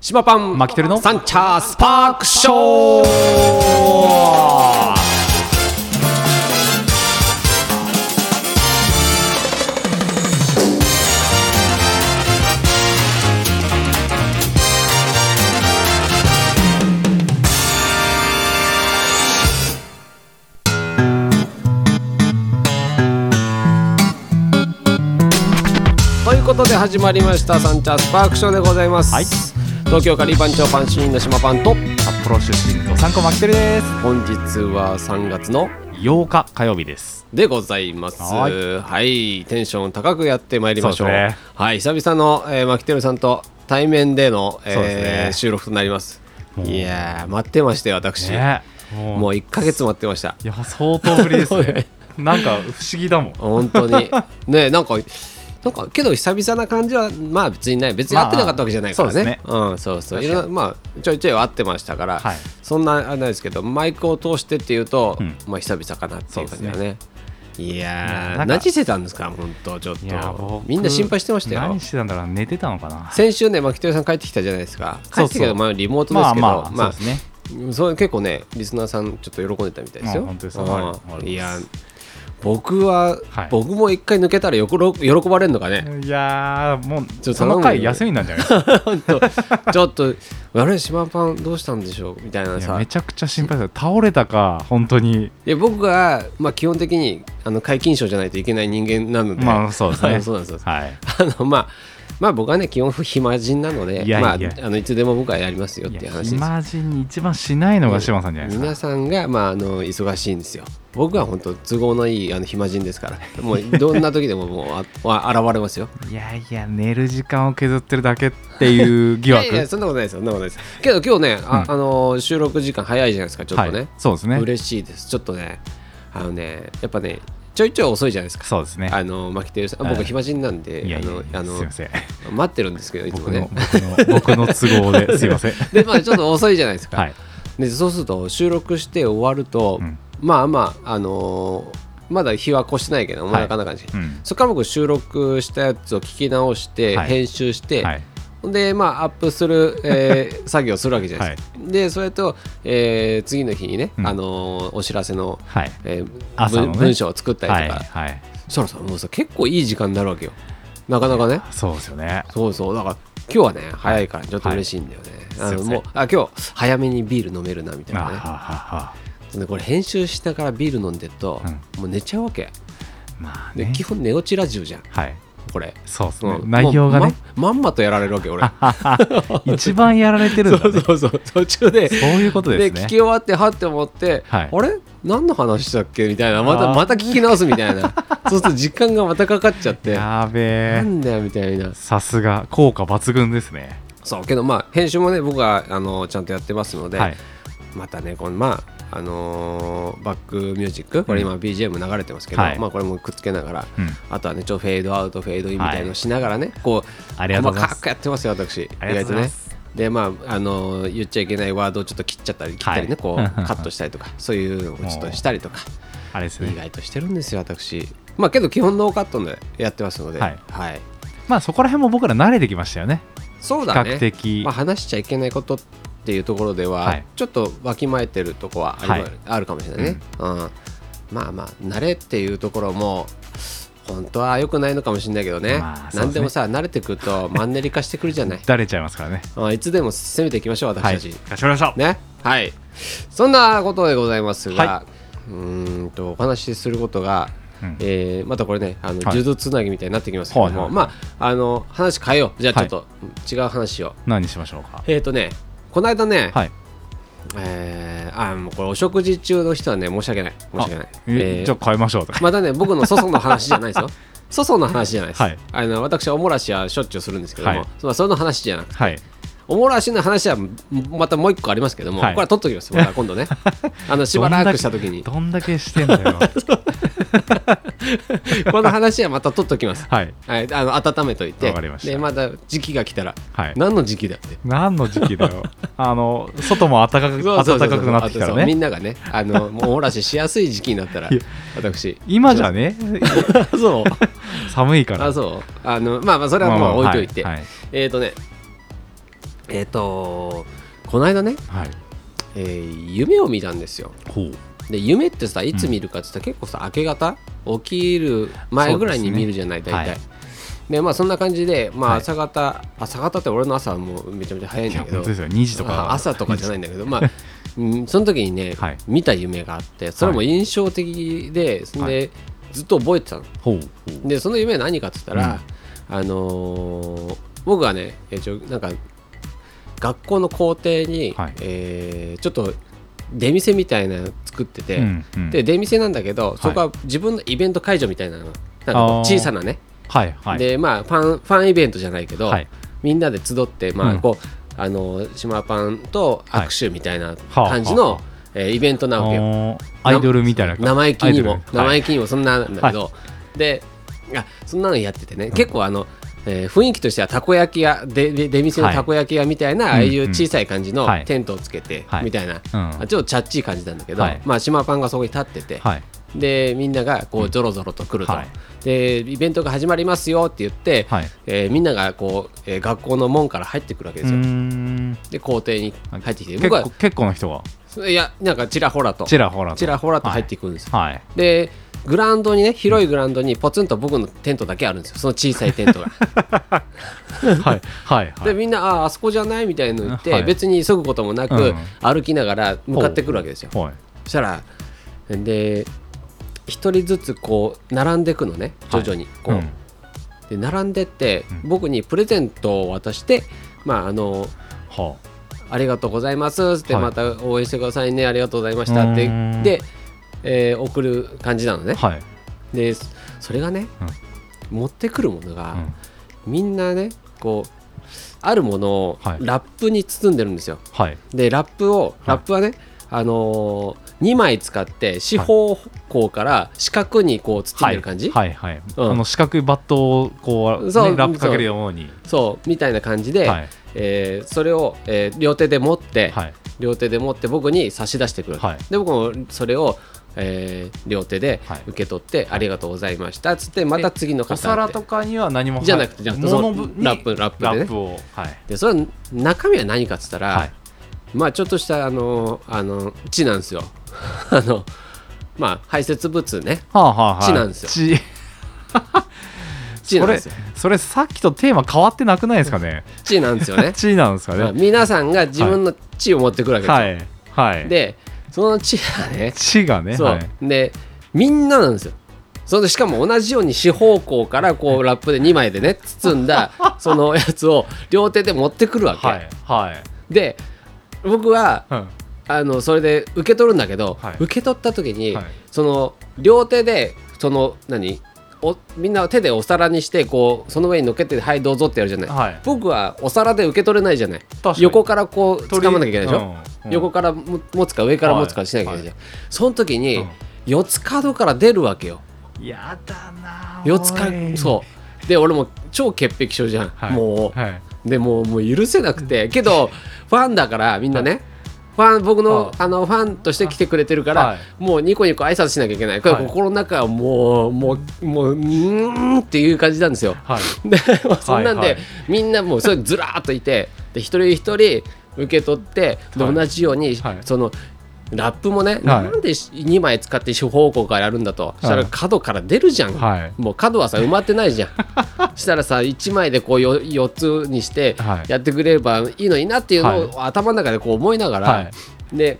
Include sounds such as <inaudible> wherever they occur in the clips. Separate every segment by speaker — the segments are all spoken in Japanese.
Speaker 1: 島パン
Speaker 2: マキテルの
Speaker 1: サンチャースパークショーということで始まりましたサンチャースパークショーでございます、
Speaker 2: はい
Speaker 1: 東京カリーパン長パンシーンの島パンと
Speaker 2: 札幌出身の参考マキテルです
Speaker 1: 本日は3月の
Speaker 2: 8日火曜日です
Speaker 1: でございますは
Speaker 2: はいい
Speaker 1: テンション高くやってまいりましょう
Speaker 2: そうですね
Speaker 1: はい久々の、えー、マキテルさんと対面での、えー
Speaker 2: そうですね
Speaker 1: 収録となります
Speaker 2: もう
Speaker 1: いやー待ってましたよ私、
Speaker 2: ねも
Speaker 1: もう
Speaker 2: い
Speaker 1: 1ヶ月待ってました
Speaker 2: や相当ぶり
Speaker 1: <laughs>
Speaker 2: ですねなんか不思議だもん
Speaker 1: 本当にねなんかなんかけど久々な感じはまあ別にない別に
Speaker 2: まあ
Speaker 1: 会ってなかったわけじゃないからね,、うんそうそうい
Speaker 2: 確かに
Speaker 1: ろんなまあちょいちょいは会ってましたから、
Speaker 2: はい
Speaker 1: そんなあれなんですけどマイクを通してっていうと、
Speaker 2: うん
Speaker 1: まあ久々かなっていう感じだ
Speaker 2: そ
Speaker 1: ね
Speaker 2: う
Speaker 1: いや
Speaker 2: いや
Speaker 1: ー
Speaker 2: なんか
Speaker 1: 何してたんですか本当ちょっ
Speaker 2: いや
Speaker 1: と
Speaker 2: 僕
Speaker 1: みんな心配してましたよ
Speaker 2: 何してたんだろう寝てたのかな
Speaker 1: 先週ね牧人さん帰ってきたじゃないですか帰
Speaker 2: そ
Speaker 1: っ
Speaker 2: うそう
Speaker 1: てきたけどまあリモートで
Speaker 2: ますあ
Speaker 1: けど
Speaker 2: まあ、
Speaker 1: まあ
Speaker 2: そうですね
Speaker 1: そう結構ねリスナーさんちょっと喜んでたみたいですよ。
Speaker 2: うん本当です
Speaker 1: うん
Speaker 2: はいありがとうございます
Speaker 1: いや僕は、
Speaker 2: はい
Speaker 1: 僕も一回抜けたらよころ喜ばれるのかね。
Speaker 2: いやーも
Speaker 1: ちょっと
Speaker 2: うその
Speaker 1: 頼む
Speaker 2: 回
Speaker 1: よ
Speaker 2: 休みなんじゃないですか
Speaker 1: <laughs> 本当ちょっとあれ島パンどうしたんでしょうみたい <laughs> ない
Speaker 2: や
Speaker 1: さ。い
Speaker 2: め
Speaker 1: や
Speaker 2: ちゃくちゃ心配だった倒れたか本当に
Speaker 1: 僕がまあ基本的にあの皆勤賞じゃないといけない人間なので、
Speaker 2: まあそうです
Speaker 1: は <laughs>
Speaker 2: ね
Speaker 1: いそうなんですよ
Speaker 2: はい
Speaker 1: あのまあまあ僕はね基本暇人なので
Speaker 2: いやいや
Speaker 1: まああのいつでも僕はやりますよっ
Speaker 2: い
Speaker 1: ていう
Speaker 2: や
Speaker 1: 話です。
Speaker 2: 暇人に一番しないのが島さんじゃないです
Speaker 1: 皆
Speaker 2: か
Speaker 1: さんが、まあ、あの忙しいんですよ僕は本当都合のいいあの暇人ですからもうどんな時でももうあわ現れますよ
Speaker 2: いやいや寝る時間を削ってるだけっていう疑惑
Speaker 1: <laughs> いやいやそんなことないですそんなことないですけど今日ね、あ
Speaker 2: うん
Speaker 1: あの収録時間早いじゃないですかちょっとね,、
Speaker 2: はい、そうですね
Speaker 1: 嬉しいですちょっとねあのねやっぱねちょいちょい遅いじゃないですか
Speaker 2: そうですね
Speaker 1: あの巻きてるさん僕
Speaker 2: はい
Speaker 1: 暇人なんで、
Speaker 2: いやいやいや
Speaker 1: あの
Speaker 2: すいません
Speaker 1: あの待ってるんですけどいつも
Speaker 2: 僕
Speaker 1: ね
Speaker 2: の僕の僕の都合
Speaker 1: <laughs>
Speaker 2: ですいません
Speaker 1: でまあちょっと遅いじゃないですか、
Speaker 2: はい
Speaker 1: でそうすると収録して終わると、
Speaker 2: うん
Speaker 1: まあまああのーまだ日は越してないけどお腹の中に、
Speaker 2: うん
Speaker 1: そこから僕収録したやつを聞き直して、
Speaker 2: はい
Speaker 1: 編集して、
Speaker 2: はい
Speaker 1: でまあアップする、え
Speaker 2: <laughs>
Speaker 1: ー作業するわけじゃないですか、でそれと、えー次の日にね、
Speaker 2: うん
Speaker 1: あのーお知らせの、
Speaker 2: はい
Speaker 1: えー
Speaker 2: 朝のね
Speaker 1: 文文章を作ったりと
Speaker 2: はい
Speaker 1: か、
Speaker 2: はい
Speaker 1: そろそろもうさ結構いい時間になるわけよなかなかね
Speaker 2: そうですよね
Speaker 1: そうそうだから今日はね早いからちょっと嬉しいんだよね、
Speaker 2: は
Speaker 1: あの
Speaker 2: いすいません
Speaker 1: もうあ今日早めにビール飲めるなみたい
Speaker 2: あ
Speaker 1: な
Speaker 2: は
Speaker 1: ね
Speaker 2: はは
Speaker 1: でこれ編集しながらビール飲んでると、もう寝ちゃうわけ
Speaker 2: まあ
Speaker 1: で
Speaker 2: ね
Speaker 1: 基本寝落ちラジオじゃん
Speaker 2: はい
Speaker 1: これ、
Speaker 2: そうです
Speaker 1: う
Speaker 2: ね
Speaker 1: ん
Speaker 2: 内容がね
Speaker 1: もうままんまとやられるわけ俺
Speaker 2: <laughs> 一番やられてるん
Speaker 1: そ
Speaker 2: だね
Speaker 1: うそうそう途中で
Speaker 2: そういうことです
Speaker 1: 聞き
Speaker 2: ね
Speaker 1: 終わってはって思って、
Speaker 2: はい
Speaker 1: あれ何の話したっけみたいなまた
Speaker 2: あー
Speaker 1: また聞き直すみたい
Speaker 2: <laughs>
Speaker 1: なそうすると時間がまたかかっちゃって
Speaker 2: やべ
Speaker 1: な
Speaker 2: え
Speaker 1: んだよみたいな
Speaker 2: さすが効果抜群ですね
Speaker 1: そうけどまあ編集もね僕はあのちゃんとやってますので、
Speaker 2: はい
Speaker 1: またねこのまああのーバックミュージックこれ今 BGM 流れてますけど、
Speaker 2: はい
Speaker 1: まあこれもくっつけながら、
Speaker 2: うん
Speaker 1: あとはねちょっとフェードアウトフェードインみたいのをしながらね、こう
Speaker 2: ありがとうございま
Speaker 1: 細
Speaker 2: す
Speaker 1: かくやってますよ私意
Speaker 2: ありが
Speaker 1: 外と
Speaker 2: とうござい
Speaker 1: ね
Speaker 2: ます
Speaker 1: でまああのー言っちゃいけないワードをちょっと切っちゃったり切ったりね、
Speaker 2: はい
Speaker 1: こ
Speaker 2: うんうん
Speaker 1: う
Speaker 2: うん
Speaker 1: カットしたりとかそういうのをちょっとしたりとか
Speaker 2: あれです
Speaker 1: 意
Speaker 2: ね
Speaker 1: 外としてるんですよ私まあけど基本ノーカットでやってますので、は
Speaker 2: はいいまあそこら辺も僕ら慣れてきましたよね
Speaker 1: そう
Speaker 2: 比
Speaker 1: だね
Speaker 2: 較的
Speaker 1: まあ、話しちゃいけないことっていうところでは、
Speaker 2: はい
Speaker 1: ちょっとわきまえてるとこはある,、
Speaker 2: はい
Speaker 1: あるかもしれないね、うんまあまあ慣れっていうところも本当は良くないのかもしれないけどね,、
Speaker 2: まあそうですね
Speaker 1: 何でもさ慣れてくるとマンネリ化してくるじゃ
Speaker 2: <laughs>
Speaker 1: ない
Speaker 2: だれちゃいますからね
Speaker 1: うんいつでも攻めていきましょう私
Speaker 2: はい
Speaker 1: たち、
Speaker 2: かしこまりました
Speaker 1: ねはいそんなことでございますが、
Speaker 2: は
Speaker 1: うーんとお話しすることが、
Speaker 2: うん
Speaker 1: えーまたこれねあの、
Speaker 2: はい
Speaker 1: 数珠つなぎみたいになってきますけども、
Speaker 2: はいはいはい
Speaker 1: まああの話変えようじゃあちょっと、違う話を
Speaker 2: 何にしましょうか
Speaker 1: えー、とねこの間ね、
Speaker 2: はい
Speaker 1: えーあもうこれお食事中の人はね申し訳ない申し訳ない
Speaker 2: あ
Speaker 1: え
Speaker 2: え
Speaker 1: ー
Speaker 2: じゃあ変えましょうとか
Speaker 1: <laughs> またね僕の粗相の話じゃないですよ
Speaker 2: <laughs>
Speaker 1: 粗相の話じゃないです、
Speaker 2: はい
Speaker 1: あの私はおもらしはしょっちゅうするんですけども、
Speaker 2: はい
Speaker 1: まあ、その話じゃなくて
Speaker 2: はい
Speaker 1: おもらしの話はまたもう一個ありますけども、
Speaker 2: はい
Speaker 1: これは取っときますまた今
Speaker 2: <laughs>
Speaker 1: 度ねあのしばらくした時に
Speaker 2: どんだけしてん
Speaker 1: <laughs>
Speaker 2: だよ
Speaker 1: この話はまた取っときます
Speaker 2: はい
Speaker 1: はい、あの温めといて
Speaker 2: わかりました
Speaker 1: でまた時期が来たら、
Speaker 2: はい
Speaker 1: 何の時期だって
Speaker 2: 何の時期だよあの外も暖かく
Speaker 1: そうそう
Speaker 2: 暖
Speaker 1: そう
Speaker 2: か
Speaker 1: そう
Speaker 2: くなってきた
Speaker 1: あと
Speaker 2: ら
Speaker 1: そうみ
Speaker 2: ね
Speaker 1: んながね、あの、もうおもらししやすい時期になったら
Speaker 2: いや、
Speaker 1: 私。
Speaker 2: 今じゃね
Speaker 1: <laughs> そう。
Speaker 2: 寒いから
Speaker 1: あ、そう。あの、まあまあ、それはもう置いといて。
Speaker 2: まあまあはいはい
Speaker 1: えっ、とね、えっ、とこの間ね、
Speaker 2: はい
Speaker 1: えー夢を見たんですよ
Speaker 2: ほう
Speaker 1: で夢ってさいつ見るかって言ったら結構さ明け方起きる前ぐらいに
Speaker 2: そうですね
Speaker 1: 見るじゃない、大体、
Speaker 2: はい
Speaker 1: でまあそんな感じで、まあ、
Speaker 2: はい
Speaker 1: 朝方、朝方って俺の朝はもうめちゃめちゃ早いん
Speaker 2: いや
Speaker 1: だけ
Speaker 2: 本
Speaker 1: ど
Speaker 2: 当ですよ2時と
Speaker 1: ま
Speaker 2: か
Speaker 1: あ朝とかじゃないんだけど、
Speaker 2: <laughs>
Speaker 1: まあ、うんその時にね、
Speaker 2: はい
Speaker 1: 見た夢があってそれも印象的で、そんで、ずっと覚えてたの
Speaker 2: ほうほう
Speaker 1: でその夢は何かって言ったら、あのー僕はねえーちょなんか学校の校庭に、
Speaker 2: はい
Speaker 1: えーちょっと出店みたいなの作ってて、
Speaker 2: うんうん
Speaker 1: で出店なんだけどそこは自分のイベント会場みたいなのなんかこう
Speaker 2: あー
Speaker 1: 小さなね、
Speaker 2: はいはい
Speaker 1: でまあファンファンイベントじゃないけど、
Speaker 2: はい
Speaker 1: みんなで集って、まあ
Speaker 2: うん
Speaker 1: こうあの島パンと握手みたいな
Speaker 2: はあ
Speaker 1: 感じ
Speaker 2: はあ
Speaker 1: の
Speaker 2: は、
Speaker 1: えーイベントなわけよ。
Speaker 2: あーアイドルみたいな
Speaker 1: 生意気にも、生
Speaker 2: 意
Speaker 1: 意気にもそんなんだけど、であそんなのやっててね結構あの、えー雰囲気としてはたこ焼き屋でで出店のたこ焼き屋みたいな、
Speaker 2: はい
Speaker 1: ああい
Speaker 2: ん
Speaker 1: う
Speaker 2: うん
Speaker 1: 小さい感じの
Speaker 2: はい
Speaker 1: テントをつけて、
Speaker 2: はい
Speaker 1: みたいな、
Speaker 2: うん
Speaker 1: あちょっとチャッチい感じなんだけど、
Speaker 2: はい
Speaker 1: まあ島パンがそこに立ってて、
Speaker 2: はい
Speaker 1: でみんながこうぞろぞろと来ると、
Speaker 2: はい
Speaker 1: でイベントが始まりますよって言って、
Speaker 2: はい
Speaker 1: えーみんながこう、えー学校の門から入ってくるわけ
Speaker 2: う
Speaker 1: です
Speaker 2: ー
Speaker 1: よ、
Speaker 2: ん
Speaker 1: で校庭に入ってきて
Speaker 2: 結
Speaker 1: 僕は
Speaker 2: 構結構の人が
Speaker 1: いやなんかちらほらと
Speaker 2: ちらほらと
Speaker 1: ちらほらと入っていくんですよ
Speaker 2: はい
Speaker 1: でグラウンドにね広いグラウンドにポツンと僕のテントだけあるんですよその小さいテントが
Speaker 2: はいはいはいは
Speaker 1: で
Speaker 2: い
Speaker 1: みんなああそこじゃないみたいの言って、
Speaker 2: はい
Speaker 1: 別に急ぐこともなく、
Speaker 2: うん
Speaker 1: 歩きながら向かってくるわけですよ
Speaker 2: はい
Speaker 1: そしたらで一人ずつこう並んでいくのね徐々にこう、
Speaker 2: うん
Speaker 1: で並んでって
Speaker 2: うん
Speaker 1: 僕にプレゼントを渡してまああの
Speaker 2: はあ
Speaker 1: ありがとうございますって、
Speaker 2: はい
Speaker 1: また応援してくださいねありがとうございましたっ
Speaker 2: う
Speaker 1: て
Speaker 2: ーん
Speaker 1: で、えー送る感じなのね
Speaker 2: はい
Speaker 1: でそれがね、持ってくるものが、
Speaker 2: うん
Speaker 1: みんなねこうあるものを
Speaker 2: はい
Speaker 1: ラップに包んでるんですよ、
Speaker 2: はい
Speaker 1: でラップを
Speaker 2: い
Speaker 1: ラップはね、あのー、2枚使って四方向から四角にこう包んでる感じ、
Speaker 2: はいはいはい
Speaker 1: うん
Speaker 2: あの四角いバットをこうね
Speaker 1: そう
Speaker 2: ラップかけるように
Speaker 1: そうみたいな感じで、
Speaker 2: はい
Speaker 1: えーそれを、えー両手で持って、
Speaker 2: はい
Speaker 1: 両手で持って僕に差し出してくる、
Speaker 2: はい
Speaker 1: で僕もそれを、えー両手で
Speaker 2: はい
Speaker 1: 受け取って、ありがとうございましたっつってまた次の方
Speaker 2: お皿とかには何も入っ
Speaker 1: じゃなくてじゃなくてその
Speaker 2: 物に
Speaker 1: ラップラップで
Speaker 2: ラ
Speaker 1: ね
Speaker 2: ップをはい
Speaker 1: でそれは中身は何かっつったら、
Speaker 2: はい
Speaker 1: まあちょっとしたあのあの血なんですよ <laughs> あのまあ排泄物ね
Speaker 2: はあはあはい
Speaker 1: 血なんですよ
Speaker 2: 血
Speaker 1: <laughs> 血なん
Speaker 2: そ
Speaker 1: で
Speaker 2: れ
Speaker 1: すよ
Speaker 2: それさっきとテーマ変わってなくないですかね
Speaker 1: 血なんですよ
Speaker 2: <laughs>
Speaker 1: ね、
Speaker 2: 血なんですか
Speaker 1: まあ
Speaker 2: ね
Speaker 1: 皆さんが自分の血を持ってくるわけですよ、
Speaker 2: はいはい
Speaker 1: でその血がね
Speaker 2: 血がね
Speaker 1: そう、
Speaker 2: はい
Speaker 1: でみんななんですよそのしかも同じように四方向からこうラップで2枚でね包ん
Speaker 2: <laughs>
Speaker 1: だそのやつを両手で持ってくるわけ、
Speaker 2: はいはい
Speaker 1: で僕は
Speaker 2: うん
Speaker 1: あのそれで受け取るんだけど、
Speaker 2: はい
Speaker 1: 受け取った時に、
Speaker 2: はい
Speaker 1: その両手でその何おみんな手でお皿にしてこうその上に乗っけて「はいどうぞ」ってやるじゃない、
Speaker 2: はい
Speaker 1: 僕はお皿で受け取れないじゃない
Speaker 2: かに
Speaker 1: 横からこう掴まなきゃいけないでしょ、
Speaker 2: うんうん
Speaker 1: 横からも持つか上から持つかしなきゃいけないじゃん、その時に、
Speaker 2: うん
Speaker 1: 四つ角から出るわけよ
Speaker 2: やだな
Speaker 1: 四つ角そうで俺も超潔癖症じゃん、
Speaker 2: はい
Speaker 1: もう、
Speaker 2: はい
Speaker 1: でもうもう許せなくてけどファンだからみんなね、ファン僕の
Speaker 2: はい
Speaker 1: あのファンとして来てくれてるから、
Speaker 2: はい
Speaker 1: もうニコニコ挨拶しなきゃいけないこれ
Speaker 2: はい
Speaker 1: 心の中はもうもうもううーんっていう感じなんですよ。
Speaker 2: は
Speaker 1: <laughs>
Speaker 2: い
Speaker 1: でまあそんなんで、
Speaker 2: はいはい
Speaker 1: みんなもうそれずらーっといてで一人一人受け取ってで
Speaker 2: はい
Speaker 1: 同じように、
Speaker 2: はい
Speaker 1: そのラップもね、なんで2枚使って四方向からやるんだとしたら
Speaker 2: はい
Speaker 1: 角から出るじゃん、
Speaker 2: はい
Speaker 1: もう角はさ埋まってないじゃん
Speaker 2: <laughs>
Speaker 1: したらさ1枚でこう 4, つにして
Speaker 2: はい
Speaker 1: やってくれればいいのになっていうのを頭の中でこう思いながら、
Speaker 2: は
Speaker 1: で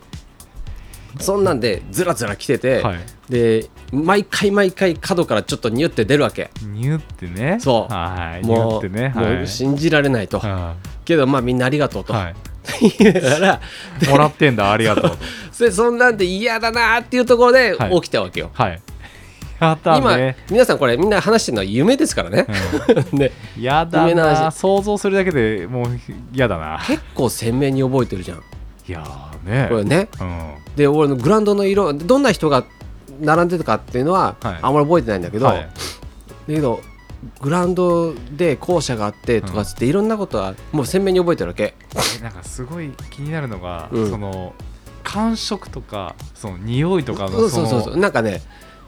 Speaker 1: そんなんでずらずら来てて、
Speaker 2: はい
Speaker 1: で毎回毎回角からちょっとニュって出るわけ
Speaker 2: ニュってね
Speaker 1: そう
Speaker 2: はいニュ
Speaker 1: も
Speaker 2: っ
Speaker 1: う,、
Speaker 2: てねはい
Speaker 1: もう信じられないと、
Speaker 2: は
Speaker 1: けどまあみんなありがとう
Speaker 2: い
Speaker 1: と、
Speaker 2: は
Speaker 1: 言いながら
Speaker 2: いもらってんだあり
Speaker 1: <laughs>
Speaker 2: がとう
Speaker 1: でそんなんで嫌だなーっていうところで
Speaker 2: はい
Speaker 1: 起きたわけよ、
Speaker 2: はいやだ
Speaker 1: 今
Speaker 2: ね
Speaker 1: 皆さんこれみんな話してるのは夢ですからね、 <laughs> で
Speaker 2: やだ
Speaker 1: 夢の
Speaker 2: な
Speaker 1: 話
Speaker 2: 想像するだけでもうやだな
Speaker 1: 結構鮮明に覚えてるじゃん
Speaker 2: いやーね
Speaker 1: これね
Speaker 2: うん
Speaker 1: で俺のグラウンドの色どんな人が並んでたかっていうのは、
Speaker 2: はい
Speaker 1: あんまり覚えてないんだけど、
Speaker 2: はい
Speaker 1: だけどグラウンドで校舎があってとかっつって、いろんなことはもう鮮明に覚えてるわけ
Speaker 2: えなんかすごい気になるのが、
Speaker 1: うん
Speaker 2: その感触とかその匂いとかの
Speaker 1: そうそうそうそううなんかね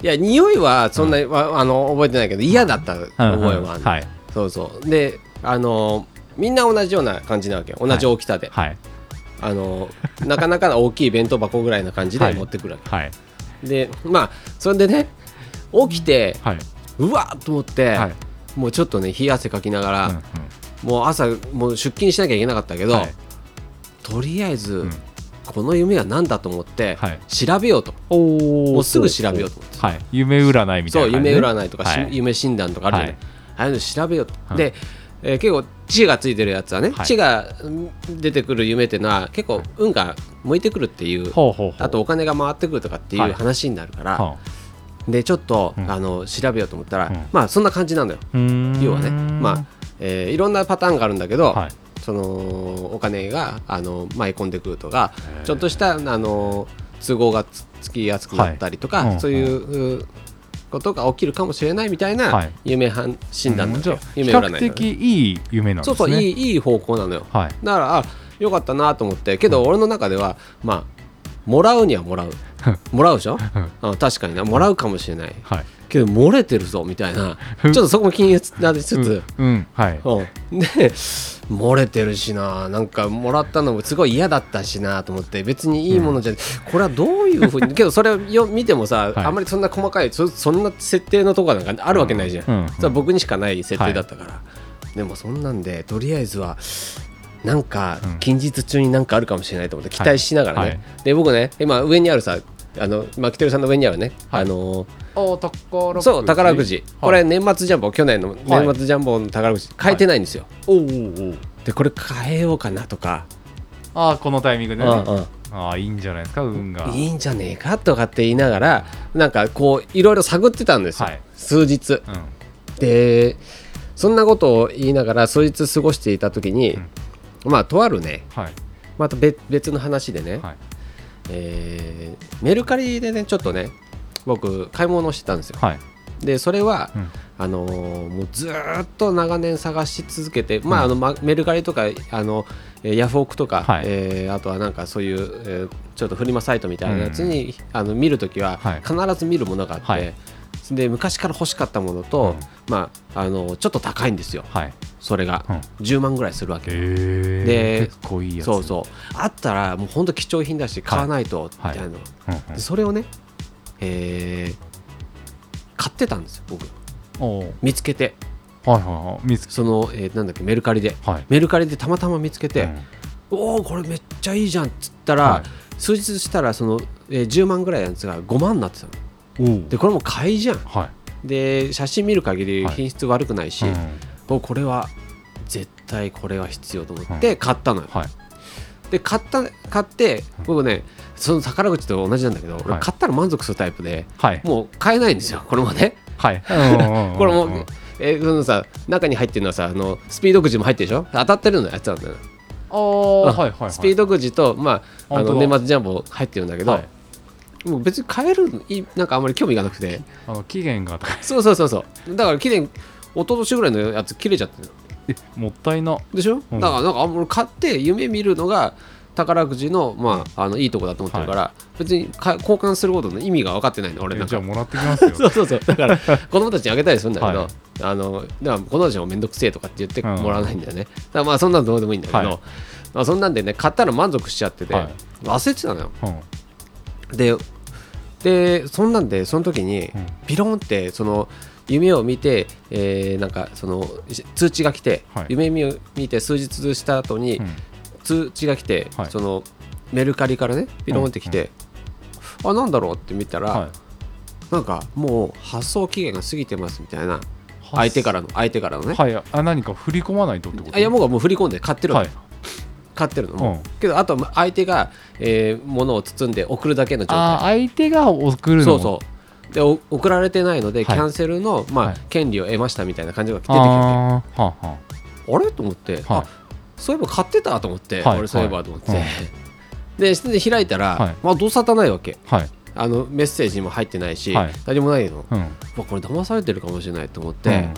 Speaker 1: いや匂いはそんなに、わあの覚えてないけど嫌だった覚えはある、
Speaker 2: はい
Speaker 1: そうそうであのみんな同じような感じなわけよ同じ大きさで、
Speaker 2: はい
Speaker 1: あのなかなかの大きい弁当箱ぐらいな感じ
Speaker 2: は
Speaker 1: で
Speaker 2: い
Speaker 1: 持ってくるわけ、
Speaker 2: はい
Speaker 1: でまあそれでね起きて
Speaker 2: はいう
Speaker 1: わっと思って、
Speaker 2: はい
Speaker 1: もうちょっとね冷や汗かきながら、
Speaker 2: うんうん
Speaker 1: もう朝もう出勤しなきゃいけなかったけど、
Speaker 2: はい
Speaker 1: とりあえず、
Speaker 2: うん
Speaker 1: この夢は何だと思って、
Speaker 2: はい
Speaker 1: 調べようと
Speaker 2: おお
Speaker 1: もうすぐ調べようと思って、
Speaker 2: はい夢占いみた
Speaker 1: そう
Speaker 2: いな感じ
Speaker 1: 夢
Speaker 2: ね
Speaker 1: 占いとか、し
Speaker 2: はい
Speaker 1: 夢診断とかあるじゃない、
Speaker 2: はい
Speaker 1: ああいうの調べようと、
Speaker 2: はい
Speaker 1: で、えー結構知恵がついてるやつはね、
Speaker 2: はい
Speaker 1: 知恵がうん出てくる夢っていうのは結構運が向いてくるっていう、
Speaker 2: ほうほうほう
Speaker 1: あとお金が回ってくるとかってい
Speaker 2: はいう
Speaker 1: 話になるから、
Speaker 2: は
Speaker 1: でちょっと、
Speaker 2: うん
Speaker 1: あの調べようと思ったら、
Speaker 2: うん
Speaker 1: まあそんな感じなんだよ
Speaker 2: あうーん
Speaker 1: 要はねまあ、えーいろんなパターンがあるんだけど、
Speaker 2: はい
Speaker 1: そのお金があの舞い込んでくるとか
Speaker 2: へー
Speaker 1: ちょっとしたあの都合がつつきやすくなったりとか、
Speaker 2: はいうん
Speaker 1: そういううことが起きるかもしれないみたい
Speaker 2: は
Speaker 1: ない夢判診断な
Speaker 2: うんんじ
Speaker 1: だ
Speaker 2: ゃ
Speaker 1: よ
Speaker 2: あ、比
Speaker 1: 夢占いなの
Speaker 2: 較的いい夢なんです
Speaker 1: そ
Speaker 2: ね
Speaker 1: うそうい
Speaker 2: い
Speaker 1: いいい方向なのよ
Speaker 2: はい
Speaker 1: だからあよかったなと思ってけど俺の中ではまあもらうにはもら
Speaker 2: <laughs>
Speaker 1: うもらうでしょあ確かになもらうかもしれない
Speaker 2: はい
Speaker 1: けど漏れてるぞみたいなちょ
Speaker 2: <laughs> う
Speaker 1: っ
Speaker 2: ん
Speaker 1: とそこも気になりつつ、
Speaker 2: うんうんはい
Speaker 1: うん、で漏れてるしななんかもらったのもすごい嫌だったしなと思って別にいいものじゃ、これはどういうふう
Speaker 2: <laughs>
Speaker 1: にけどそれをよ見てもさ、
Speaker 2: はい
Speaker 1: あんまりそんな細かいそそんな設定のとこなんかあるわけないじゃん、
Speaker 2: うんうん
Speaker 1: それは僕にしかない設定だったから、でもそんなんでとりあえずはなんか
Speaker 2: うん
Speaker 1: 近日中になんかあるかもしれないと思って期
Speaker 2: はい
Speaker 1: 待しながらね、
Speaker 2: はい
Speaker 1: で僕ね今上にあるさあのマキテルさんの上にあるね、
Speaker 2: はい
Speaker 1: あのー
Speaker 2: お宝
Speaker 1: そう宝くじ、これ年末ジャンボ去年の
Speaker 2: はい
Speaker 1: 年末ジャンボの宝くじ変えてないんですよ、
Speaker 2: おお
Speaker 1: でこれ変えようかなとか、
Speaker 2: ああこのタイミング
Speaker 1: う
Speaker 2: で
Speaker 1: ん
Speaker 2: ね
Speaker 1: うん
Speaker 2: ああいいんじゃないですか運が
Speaker 1: いいんじゃねえかとかって言いながらなんかこういろいろ探ってたんですよ、
Speaker 2: はい
Speaker 1: 数日
Speaker 2: うん
Speaker 1: でそんなことを言いながら数日過ごしていた時に、
Speaker 2: うん
Speaker 1: まあとあるね
Speaker 2: はい
Speaker 1: また別別の話でね、
Speaker 2: はい
Speaker 1: えーメルカリでねちょっとね僕買い物をしてたんですよ
Speaker 2: はい
Speaker 1: でそれは、
Speaker 2: うん
Speaker 1: あのーもうずーっと長年探し続けて、まあ
Speaker 2: うん
Speaker 1: あのまメルカリとかあのえーヤフオクとか、
Speaker 2: はい
Speaker 1: えーあとはなんかそういう、えーちょっとフリマサイトみたいなやつに、あの見るときは
Speaker 2: はい
Speaker 1: 必ず見るものがあって、
Speaker 2: はい
Speaker 1: で昔から欲しかったものと、まあ、あのちょっと高いんですよ
Speaker 2: はい
Speaker 1: それが、
Speaker 2: うん
Speaker 1: 10万ぐらいするわけ。
Speaker 2: へ
Speaker 1: で
Speaker 2: え結構いいやつ
Speaker 1: そうそうあったらもう本当貴重品だし買わないと、
Speaker 2: は
Speaker 1: みた
Speaker 2: い
Speaker 1: いなの、
Speaker 2: うん
Speaker 1: でそれをね、えー買ってたんですよ僕
Speaker 2: うんおー
Speaker 1: 見つけて
Speaker 2: はいはいはい見つけ
Speaker 1: その、えーなんだっけメルカリで
Speaker 2: はい
Speaker 1: メルカリでたまたま見つけて、
Speaker 2: うん
Speaker 1: おおこれめっちゃいいじゃんっつったら、
Speaker 2: はい
Speaker 1: 数日したらその、えー10万ぐらいのやつが5万になってたの
Speaker 2: おー
Speaker 1: でこれもう買いじゃん
Speaker 2: は
Speaker 1: で写真見る限り
Speaker 2: はい
Speaker 1: 品質悪くないし、
Speaker 2: いうん
Speaker 1: おこれは絶対これは必要と思って買ったのよ、
Speaker 2: はい
Speaker 1: で買った買って
Speaker 2: うん
Speaker 1: 僕ねその宝口と同じなんだけど、俺
Speaker 2: はい
Speaker 1: 買ったら満足するタイプで
Speaker 2: はい
Speaker 1: もう買えないんですよこれもね
Speaker 2: はいうんうんうん
Speaker 1: これも、
Speaker 2: うん
Speaker 1: えーそのさ中に入ってるのはさあのスピードくじも入ってるでしょ当たってるのやつなんだよ
Speaker 2: ああはいはいはい
Speaker 1: スピードくじと、まあ、あ
Speaker 2: 本当
Speaker 1: の
Speaker 2: だ
Speaker 1: 年末ジャンボ入ってるんだけど、
Speaker 2: はい
Speaker 1: もう別に買えるのいなんかあんまり興味がなくて
Speaker 2: <laughs> あの期限が高い
Speaker 1: そうそうそうそうだから期限一昨年ぐらいのやつ切れちゃってる
Speaker 2: えもったいな
Speaker 1: でしょ、
Speaker 2: うん
Speaker 1: だからなんかあんまり買って夢見るのが宝くじの,、まあ、あのいいとこだと思ってるから、別にか交換することの意味が分かってないの俺な
Speaker 2: え
Speaker 1: ん
Speaker 2: じゃ
Speaker 1: か
Speaker 2: あ。もらってきますよ
Speaker 1: そうそうそうだ
Speaker 2: <laughs>
Speaker 1: から子供たちにあげたりするんだけど、
Speaker 2: はい
Speaker 1: あのだから子供たちも面倒くせえとかって言ってもらわないんだよね、だからまあそんなのどうでもいいんだけど、
Speaker 2: はい
Speaker 1: まあ、そんなんでね買ったら満足しちゃってて、
Speaker 2: はい
Speaker 1: 忘れてたのよ
Speaker 2: うん
Speaker 1: ででそんなんでその時に
Speaker 2: うん
Speaker 1: ピロンってその夢を見て、えーなんかそのし通知が来て、
Speaker 2: はい
Speaker 1: 夢を見て数日した後に
Speaker 2: うん
Speaker 1: 通知が来て、
Speaker 2: はい
Speaker 1: そのメルカリからねピロンって来て、あなんだろうって見たら、
Speaker 2: はい
Speaker 1: なんかもう発送期限が過ぎてますみたいな相手からの相手からのね、
Speaker 2: はいあ何か振り込まないとってこと
Speaker 1: あい、やもうもう振り込んで買ってるわ
Speaker 2: は
Speaker 1: け、
Speaker 2: い
Speaker 1: 買ってるのもう、
Speaker 2: うん
Speaker 1: けどあとは相手が、えー物を包んで送るだけの状態
Speaker 2: あー相手が送るの
Speaker 1: そ
Speaker 2: も
Speaker 1: うそうでお送られてないので、
Speaker 2: はい
Speaker 1: キャンセルの、まあ
Speaker 2: はい
Speaker 1: 権利を得ましたみたいな感じが出てきてあ
Speaker 2: あーはあは
Speaker 1: れと思って、
Speaker 2: あは
Speaker 1: あそういえば買ってたと思って、
Speaker 2: はい
Speaker 1: 俺そういえばと思って、
Speaker 2: はい
Speaker 1: でで開いたら、
Speaker 2: はい
Speaker 1: まあ、どうさたないわけ
Speaker 2: いはい
Speaker 1: あのメッセージも入ってないし、
Speaker 2: はい
Speaker 1: 何もないの、
Speaker 2: うん
Speaker 1: うわこれ騙されてるかもしれないと思って、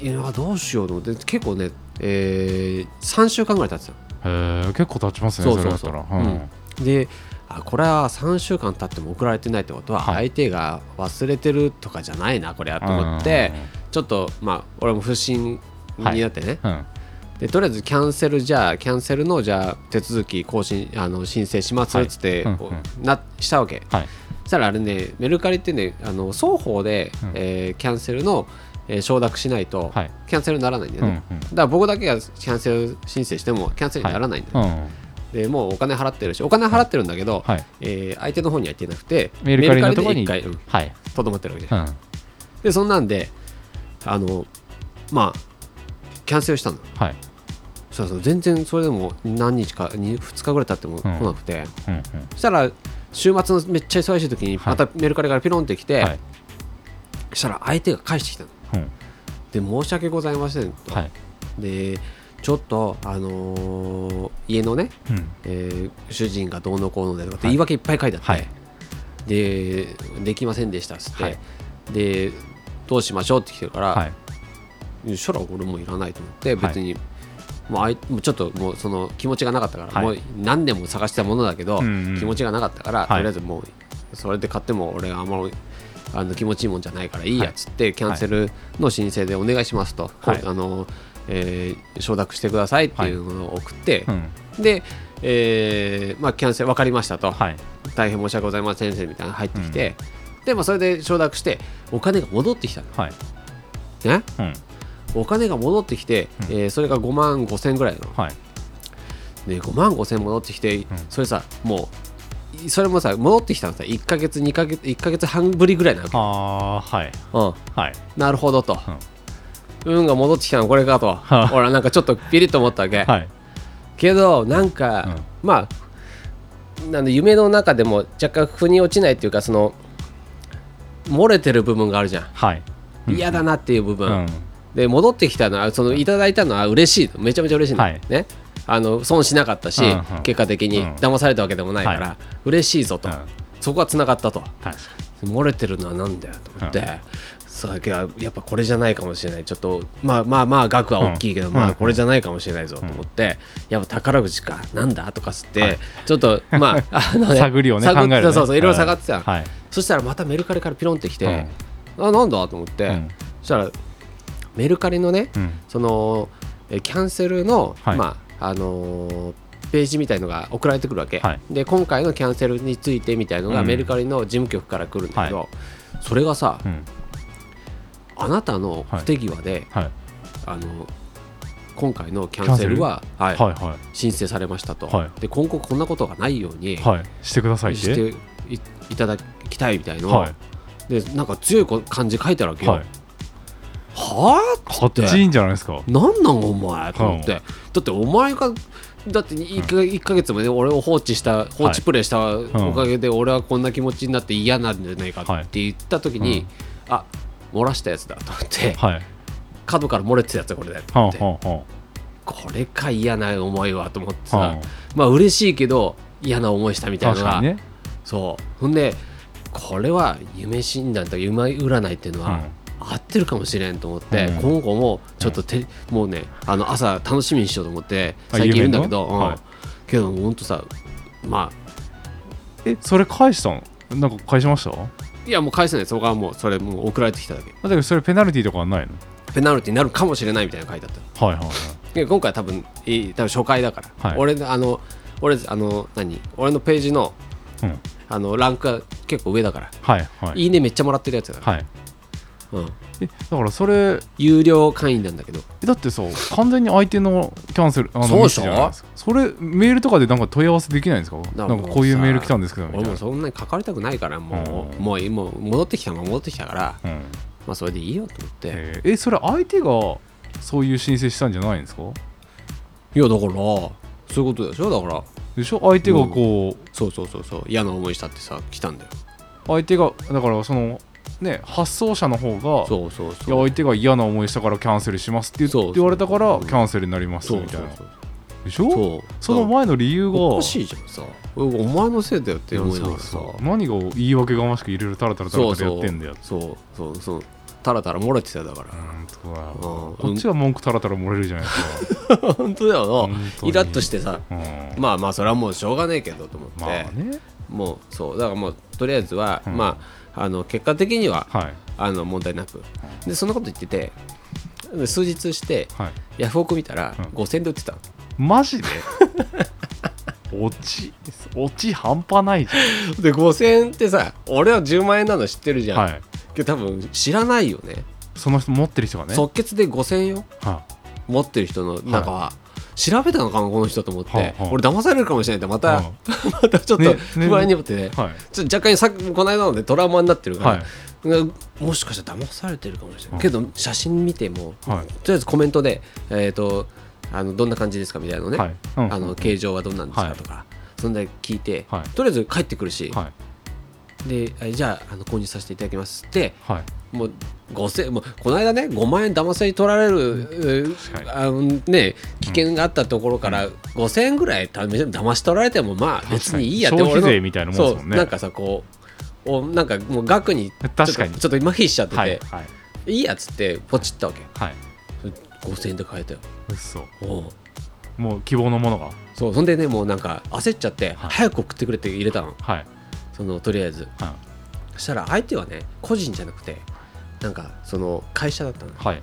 Speaker 1: いやどうしようと思って結構ね、えー3週間ぐらい経ってたの
Speaker 2: うんへえ結構経ちますね
Speaker 1: そう
Speaker 2: そ
Speaker 1: そう
Speaker 2: れ
Speaker 1: そ
Speaker 2: だ
Speaker 1: う
Speaker 2: ったらう
Speaker 1: うん
Speaker 2: ん
Speaker 1: であこれは3週間経っても送られてないってことは
Speaker 2: は
Speaker 1: 相
Speaker 2: い
Speaker 1: 手が忘れてるとかじゃないなこれはと思って、ちょっとまあ俺も不審になってね、
Speaker 2: うんうん
Speaker 1: でとりあえずキャンセルじゃあキャンセルのじゃあ手続き更新あの申請しますっつって、
Speaker 2: はい
Speaker 1: こ
Speaker 2: うん
Speaker 1: うなしたわけ
Speaker 2: はい
Speaker 1: そしたらあれねメルカリってねあの双方で、
Speaker 2: うん
Speaker 1: えーキャンセルの、えー承諾しないと、
Speaker 2: はい
Speaker 1: キャンセルにならないんだ
Speaker 2: う
Speaker 1: よ
Speaker 2: んう
Speaker 1: ね、
Speaker 2: ん
Speaker 1: だから僕だけがキャンセル申請してもキャンセルにならないんだよ、
Speaker 2: うん
Speaker 1: でもうお金払ってるしお金払ってるんだけど、
Speaker 2: はい
Speaker 1: えー相手の方には行ってなくて
Speaker 2: メルカリのとこ
Speaker 1: メ
Speaker 2: ろ
Speaker 1: ル
Speaker 2: に
Speaker 1: カリで一回うん
Speaker 2: はい
Speaker 1: とどまってるわけじゃん
Speaker 2: うんは
Speaker 1: でそんなんであのまあキャンセルしたの
Speaker 2: い
Speaker 1: そうそう全然それでも何日か 2, 日ぐらい経っても来なくて、
Speaker 2: うんうん
Speaker 1: そしたら週末のめっちゃ忙しい時に
Speaker 2: はい
Speaker 1: またメルカリからピロンってきて、
Speaker 2: はい
Speaker 1: そしたら相手が返してきたの
Speaker 2: うん
Speaker 1: で申し訳ございませんと、
Speaker 2: はい
Speaker 1: でちょっとあのー家のね、
Speaker 2: うん
Speaker 1: えー主人がどうのこうのでとかって言い訳いっぱい書いてあって、
Speaker 2: はい
Speaker 1: でできませんでしたっつって、
Speaker 2: はい
Speaker 1: でどうしましょうって来てるから、
Speaker 2: はい
Speaker 1: そしたら俺もういらないと思って
Speaker 2: はい
Speaker 1: 別に、もうあいもうちょっともうその気持ちがなかったから、
Speaker 2: はい
Speaker 1: もう何年も探したものだけど、
Speaker 2: うんうん
Speaker 1: 気持ちがなかったから、
Speaker 2: い
Speaker 1: とりあえずもうそれで買っても俺はあんまりあの気持ちいいもんじゃないからいいやっつって、キャンセルの申請でお願いしますと、
Speaker 2: はい
Speaker 1: こうあのえー承諾してくださいっていうのを送って、
Speaker 2: うん
Speaker 1: で、えーまあ、キャンセル分かりましたと、
Speaker 2: はい
Speaker 1: 大変申し訳ございません先生みたいなの入ってきて、でまあ、それで承諾してお金が戻ってきたの
Speaker 2: はい
Speaker 1: ね。
Speaker 2: うん
Speaker 1: お金が戻ってきて、
Speaker 2: うん
Speaker 1: えーそれが5万5千ぐらいの、
Speaker 2: はい
Speaker 1: ね、5万5千戻ってきて、それさもういそれもさ戻ってきたのさ1ヶ月2ヶ月1ヶ月半ぶりぐらいなわけ、
Speaker 2: あーはい
Speaker 1: うん、
Speaker 2: はい
Speaker 1: なるほどと、運が戻ってきたのこれかと
Speaker 2: はあ
Speaker 1: 俺はなんかちょっとピリッと思ったわけ、
Speaker 2: はい
Speaker 1: けどなんか、まあなんで夢の中でも若干腑に落ちないっていうかその漏れてる部分があるじゃん
Speaker 2: はいうん
Speaker 1: 嫌だなっていう部
Speaker 2: う
Speaker 1: 分、
Speaker 2: ん
Speaker 1: で戻ってきたのはそのいただいたのは嬉しいのめちゃめちゃ嬉しいの、
Speaker 2: はい
Speaker 1: ねあの損しなかったし、
Speaker 2: うんうん
Speaker 1: 結果的に
Speaker 2: うん
Speaker 1: 騙されたわけでもないから、
Speaker 2: は
Speaker 1: 嬉しいぞと、
Speaker 2: うん
Speaker 1: そこはつながったと
Speaker 2: 確
Speaker 1: 漏れてるのはなんだよと思って、
Speaker 2: うん
Speaker 1: そうだけどやっぱこれじゃないかもしれないちょっとまあまあまあ額は大きいけど、
Speaker 2: うん
Speaker 1: ま
Speaker 2: う
Speaker 1: あ
Speaker 2: ん
Speaker 1: これじゃないかもしれないぞと思って、やっぱ宝くじかなんだとかつって、ちょっとまあ
Speaker 2: <laughs>
Speaker 1: あの、
Speaker 2: かに探りをね考えるね
Speaker 1: そうそうそういろいろ下がってたの、
Speaker 2: はい
Speaker 1: そしたらまたメルカリからピロンってきて、あなんだと思って、
Speaker 2: うん
Speaker 1: そしたらメルカリのね、
Speaker 2: うん
Speaker 1: そのえーキャンセルの、
Speaker 2: はい
Speaker 1: まああのーページみたいのが送られてくるわけ、
Speaker 2: はい
Speaker 1: で今回のキャンセルについてみたいのが
Speaker 2: うん
Speaker 1: メルカリの事務局から来るんだけど、それがさ、
Speaker 2: うん
Speaker 1: あなたの不手際で、
Speaker 2: はい
Speaker 1: あの今回のキャンセルははい
Speaker 2: はいは
Speaker 1: 申請されましたと、
Speaker 2: は
Speaker 1: で今後こんなことがないように
Speaker 2: いはいしてくださいっ
Speaker 1: してていいただきたいみたいのを、
Speaker 2: はい
Speaker 1: でなんか強いこ感じ書いてあるわけよ。
Speaker 2: は
Speaker 1: はいあ
Speaker 2: こっちいいんじゃないですか
Speaker 1: なんなんお前と思って、
Speaker 2: う
Speaker 1: だってお前がだって1か,、一ヶ月もね俺を放置した放置プレイしたおかげで俺はこんな気持ちになって嫌なんじゃないか
Speaker 2: はい
Speaker 1: って言った時に、
Speaker 2: うん
Speaker 1: あ漏らしたやつだと思って
Speaker 2: はい
Speaker 1: 角から漏れてたやつはこれだよと
Speaker 2: は
Speaker 1: 思
Speaker 2: ん
Speaker 1: って、
Speaker 2: はんはん
Speaker 1: これか嫌な思いはと思ってさ、
Speaker 2: はん
Speaker 1: まあ嬉しいけど嫌な思いしたみたいな
Speaker 2: 確
Speaker 1: の
Speaker 2: か
Speaker 1: が、
Speaker 2: にね
Speaker 1: そうほんでこれは夢診断とか夢占いっていうのは、
Speaker 2: うん
Speaker 1: 合ってるかもしれんと思って、
Speaker 2: うん
Speaker 1: 今後もちょっとて、もうねあの朝楽しみにしようと思って
Speaker 2: あ
Speaker 1: 最近いるんだけど、
Speaker 2: 夢の
Speaker 1: うん
Speaker 2: はい
Speaker 1: けどほんとさまあ
Speaker 2: えそれ返したのなんか返しましただ
Speaker 1: いやもう返せないそこはもうそれもう送られてきただけ
Speaker 2: けどそれペナルティーとかはないの
Speaker 1: ペナルティになるかもしれないみたいなの書いてあった
Speaker 2: はいはいはい
Speaker 1: で今回多分いい多分初回だから、
Speaker 2: はい
Speaker 1: 俺のあの俺あの何俺のページの
Speaker 2: うん
Speaker 1: あのランクが結構上だから、、
Speaker 2: はいはいい
Speaker 1: いねめっちゃもらってるやつだから、
Speaker 2: はい
Speaker 1: うん、
Speaker 2: えだからそれ
Speaker 1: 有料会員なんだけど
Speaker 2: えだってさ完全に相手のキャンセルあの
Speaker 1: そうで
Speaker 2: ミ
Speaker 1: し
Speaker 2: ス
Speaker 1: ょ
Speaker 2: じゃないですかそれメールとかでなんか問い合わせできないんですか
Speaker 1: ら
Speaker 2: なんかこういうメール来たんですけどみたい
Speaker 1: 俺
Speaker 2: な
Speaker 1: もそんなに書かれたくないからもう,、
Speaker 2: うん
Speaker 1: もういいもう戻ってきたのは戻ってきたから
Speaker 2: うん
Speaker 1: まあそれでいいよと思って、
Speaker 2: えーえそれ相手がそういう申請したんじゃないんですか
Speaker 1: いやだからそういうことでしょだから
Speaker 2: でしょ相手がこう
Speaker 1: そうそうそうそう嫌な思いしたってさ来たんだよ
Speaker 2: 相手がだからそのね発送者の方が
Speaker 1: そうそう
Speaker 2: いや
Speaker 1: そう
Speaker 2: 相手が嫌な思いしたからキャンセルしますって言って
Speaker 1: そうそう
Speaker 2: 言われたからキャンセルになります
Speaker 1: そう
Speaker 2: みた
Speaker 1: そ
Speaker 2: いうな
Speaker 1: そう
Speaker 2: でしょ
Speaker 1: そう
Speaker 2: その前の理由が
Speaker 1: おかしいじゃんさお前のせいだよって思いながらさ
Speaker 2: そう何が言い訳がましくいろいろタラタラタ
Speaker 1: そ
Speaker 2: ラ
Speaker 1: う
Speaker 2: タラ
Speaker 1: そう
Speaker 2: やってんだよ
Speaker 1: そうそうそうたらたら漏れてたよだか
Speaker 2: う
Speaker 1: ら
Speaker 2: んとか
Speaker 1: ん
Speaker 2: こっちは文句タラタラ漏れるじゃない
Speaker 1: <laughs>
Speaker 2: ですか
Speaker 1: 本当だよな
Speaker 2: 本当
Speaker 1: イ
Speaker 2: に
Speaker 1: ラッとしてさ
Speaker 2: うん
Speaker 1: まあまあそれはもうしょうがねえけどと思って、
Speaker 2: まあね
Speaker 1: もうそうだからもうとりあえずは、
Speaker 2: うん
Speaker 1: まああの結果的には
Speaker 2: はい
Speaker 1: あの問題なくでそんなこと言ってて数日して
Speaker 2: はい、
Speaker 1: ヤフオク見たら
Speaker 2: うん
Speaker 1: 5000で売ってたの
Speaker 2: マ
Speaker 1: <laughs>
Speaker 2: ジで落ち落ち半端ないじ
Speaker 1: で5000ってさ俺は10万円なの知ってるじ
Speaker 2: ゃ
Speaker 1: ゃ
Speaker 2: ん、
Speaker 1: ん、
Speaker 2: はい、
Speaker 1: けど多分知らないよね
Speaker 2: その人持ってる人がね、
Speaker 1: 即決で5000よ
Speaker 2: は
Speaker 1: 持ってる人の中は、調べたのかもこの人と思って、
Speaker 2: はいはい
Speaker 1: 俺騙されるかもしれないってま
Speaker 2: い
Speaker 1: た、またちょっと
Speaker 2: ねね
Speaker 1: 不安になってね
Speaker 2: うんはい
Speaker 1: ちょっと若干さこの間のでトラウマになってるから、
Speaker 2: はい
Speaker 1: もしかしたら騙されてるかもしれない、
Speaker 2: うん
Speaker 1: けど写真見ても、
Speaker 2: はい
Speaker 1: とりあえずコメントで、えー、とあのどんな感じですかみたいなのね、
Speaker 2: はいうん
Speaker 1: あの形状はどんなんです
Speaker 2: は
Speaker 1: か
Speaker 2: い
Speaker 1: とか、そんで聞いて、
Speaker 2: はい
Speaker 1: とりあえず帰ってくるし、
Speaker 2: はい
Speaker 1: であじゃああの購入させていただきますって
Speaker 2: はい
Speaker 1: もう5000もうこの間ね5万円騙され取られる、
Speaker 2: 確
Speaker 1: あのね、危険があったところから、5000円ぐらいた騙し取られてもまあ別にいいやって
Speaker 2: 確か
Speaker 1: 俺の
Speaker 2: に消費税みたいなもんですもん
Speaker 1: そう
Speaker 2: ね
Speaker 1: なんかさこうおなんかもう額に
Speaker 2: 確かに
Speaker 1: ちょっとちょっと麻痺しちゃってて、
Speaker 2: はい
Speaker 1: い、
Speaker 2: はい
Speaker 1: いやっつってポチったわけ
Speaker 2: はい
Speaker 1: 5000円で買えたよ
Speaker 2: 嘘
Speaker 1: おう
Speaker 2: もう希望のものが
Speaker 1: そうそんでねもうなんか焦っちゃって、
Speaker 2: はい
Speaker 1: 早く送ってくれって入れたの
Speaker 2: はい
Speaker 1: そのとりあえず
Speaker 2: は
Speaker 1: そしたら相手はね個人じゃなくてなんかその会社だったの
Speaker 2: いはい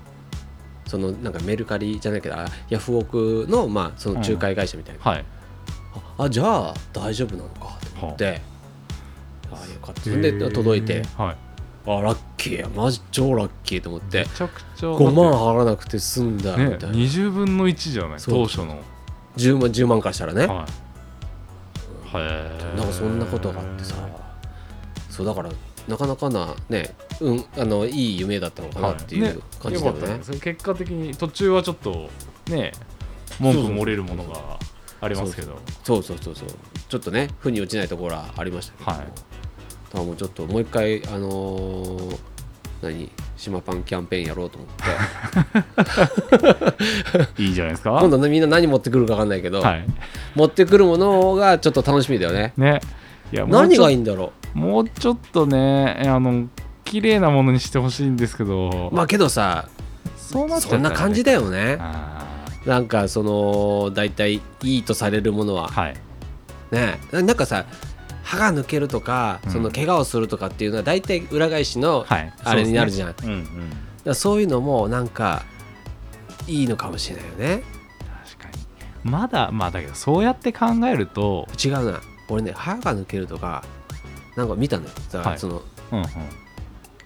Speaker 1: そのなんかメルカリじゃないけどあヤフオクの,、まあその仲介会社みたいな、
Speaker 2: はい
Speaker 1: ああじゃあ大丈夫なのかと思って、ああよかったそんで
Speaker 2: へー
Speaker 1: 届いて
Speaker 2: はい
Speaker 1: あラッキーやマジ超ラッキーと思っ
Speaker 2: め
Speaker 1: て
Speaker 2: ちゃくちゃ
Speaker 1: 5万払わなくて済んだみ
Speaker 2: ね
Speaker 1: たいな、
Speaker 2: 20分の1じゃない
Speaker 1: そう
Speaker 2: 当初の
Speaker 1: 10万10万からしたらね、
Speaker 2: はいへー
Speaker 1: なんかそんなことがあってさそうだからなかなかなね、うん、あのいい夢だったのかなってい
Speaker 2: はいう
Speaker 1: 感じだよね,、
Speaker 2: 良かったです結果的に途中はちょっとね文句漏れるものがありますけど
Speaker 1: そうそうそうそうちょっとね負に落ちないところはありましたけども、
Speaker 2: はい <laughs>
Speaker 1: だからもうちょっともう一回あのー何島パンキャンペーンやろうと思って
Speaker 2: いいじゃないですか
Speaker 1: 今度ねみんな何持ってくるか分かんないけど、
Speaker 2: はい
Speaker 1: 持ってくるものがちょっと楽しみだよね
Speaker 2: ねいやもう
Speaker 1: 何
Speaker 2: ちょ
Speaker 1: がいいんだろ
Speaker 2: もうちょっとねあの綺麗なものにしてほしいんですけど
Speaker 1: うまあけどさ
Speaker 2: そうなっちゃった
Speaker 1: そ
Speaker 2: ら
Speaker 1: ん
Speaker 2: ね
Speaker 1: な感じだよね
Speaker 2: あ
Speaker 1: なんかその大体いいとされるものは
Speaker 2: ーはい
Speaker 1: ねななんかさ歯が抜けるとか、
Speaker 2: うん
Speaker 1: その怪我をするとかっていうのは大体裏返しの
Speaker 2: はい
Speaker 1: あれになるじゃん、
Speaker 2: そうですねうんうん
Speaker 1: だからそういうのもなんかいいのかもしれないよね
Speaker 2: 確かにまだまあだけどそうやって考えると
Speaker 1: 違うな俺ね歯が抜けるとかなんか見たのよだから
Speaker 2: はい
Speaker 1: その、
Speaker 2: うんうん
Speaker 1: っ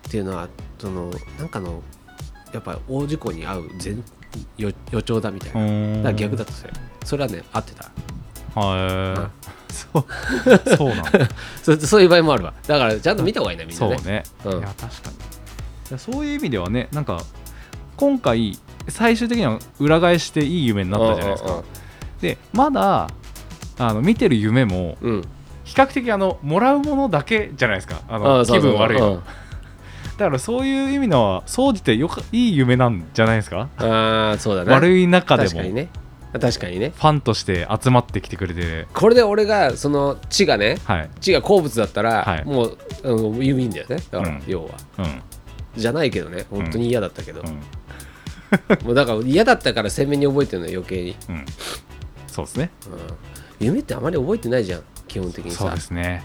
Speaker 1: ていうのはそのなんかのやっぱ大事故に遭う前予予兆だみたいな、だ
Speaker 2: うーん
Speaker 1: から逆だとそれそれはね合ってた
Speaker 2: はいそうそうなんだ
Speaker 1: <laughs> そそういう場合もあるわだからちゃんと見た方がいいなみんな
Speaker 2: そう
Speaker 1: ね
Speaker 2: ね、
Speaker 1: うん
Speaker 2: いや確かにいやそういう意味ではねなんか今回最終的には裏返していい夢になったじゃないですか、でまだあの見てる夢も
Speaker 1: うんうんうん
Speaker 2: 比較的あのもらうものだけじゃないですかあ
Speaker 1: あ
Speaker 2: の
Speaker 1: あそう
Speaker 2: 気
Speaker 1: そう
Speaker 2: 分悪い
Speaker 1: うん
Speaker 2: のだからそういう意味のは総じてよかいい夢なんじゃないですか
Speaker 1: ああそうだね
Speaker 2: 悪い中で
Speaker 1: 確か
Speaker 2: も、
Speaker 1: にね確かにね
Speaker 2: ファンとして集まってきてくれて
Speaker 1: これで俺がその血がね
Speaker 2: はい
Speaker 1: 血が好物だったら、
Speaker 2: はい
Speaker 1: もうあの有名だよねだから、
Speaker 2: うん
Speaker 1: 要は
Speaker 2: うん
Speaker 1: じゃないけどね本当に嫌だったけど、
Speaker 2: うん
Speaker 1: もうだから嫌だったから鮮明に覚えてるのよ余計に、
Speaker 2: うんそうですね
Speaker 1: うん、夢ってあまり覚えてないじゃん基本的に
Speaker 2: そう
Speaker 1: さ
Speaker 2: ですね